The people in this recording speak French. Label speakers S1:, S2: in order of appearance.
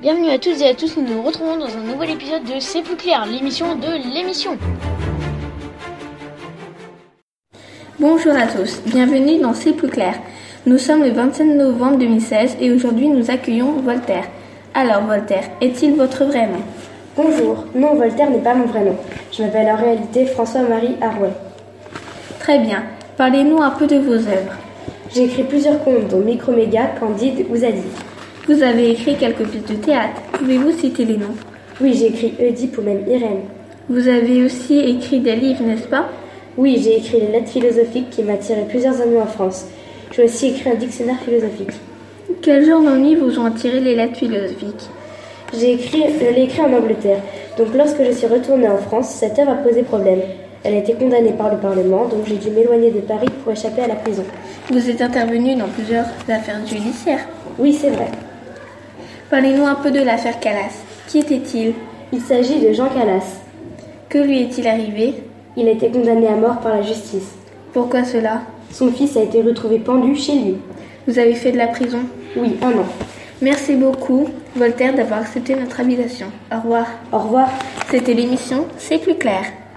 S1: Bienvenue à toutes et à tous, nous nous retrouvons dans un nouvel épisode de C'est plus clair, l'émission de l'émission.
S2: Bonjour à tous, bienvenue dans C'est plus clair. Nous sommes le 27 novembre 2016 et aujourd'hui nous accueillons Voltaire. Alors Voltaire, est-il votre vrai nom
S3: Bonjour, non, Voltaire n'est pas mon vrai nom. Je m'appelle en réalité François-Marie Arouet.
S2: Très bien, parlez-nous un peu de vos œuvres.
S3: J'ai écrit plusieurs contes, dont Microméga, Candide ou Zadie.
S2: Vous avez écrit quelques pièces de théâtre, pouvez-vous citer les noms
S3: Oui, j'ai écrit Oedipe ou même Irène.
S2: Vous avez aussi écrit des livres, n'est-ce pas
S3: Oui, j'ai écrit les lettres philosophiques qui m'attiraient plusieurs années en France. J'ai aussi écrit un dictionnaire philosophique.
S2: Quel genre d'ennui vous ont tiré les lettres philosophiques
S3: J'ai écrit, je l'ai écrit en Angleterre, donc lorsque je suis retournée en France, cette œuvre a posé problème. Elle a été condamnée par le Parlement, donc j'ai dû m'éloigner de Paris pour échapper à la prison.
S2: Vous êtes intervenu dans plusieurs affaires judiciaires.
S3: Oui, c'est vrai.
S2: Parlez-nous un peu de l'affaire Calas. Qui était-il
S3: Il s'agit de Jean Calas.
S2: Que lui est-il arrivé
S3: Il a été condamné à mort par la justice.
S2: Pourquoi cela
S3: Son fils a été retrouvé pendu chez lui.
S2: Vous avez fait de la prison
S3: Oui, un an.
S2: Merci beaucoup, Voltaire, d'avoir accepté notre invitation. Au revoir.
S3: Au revoir.
S2: C'était l'émission C'est plus clair.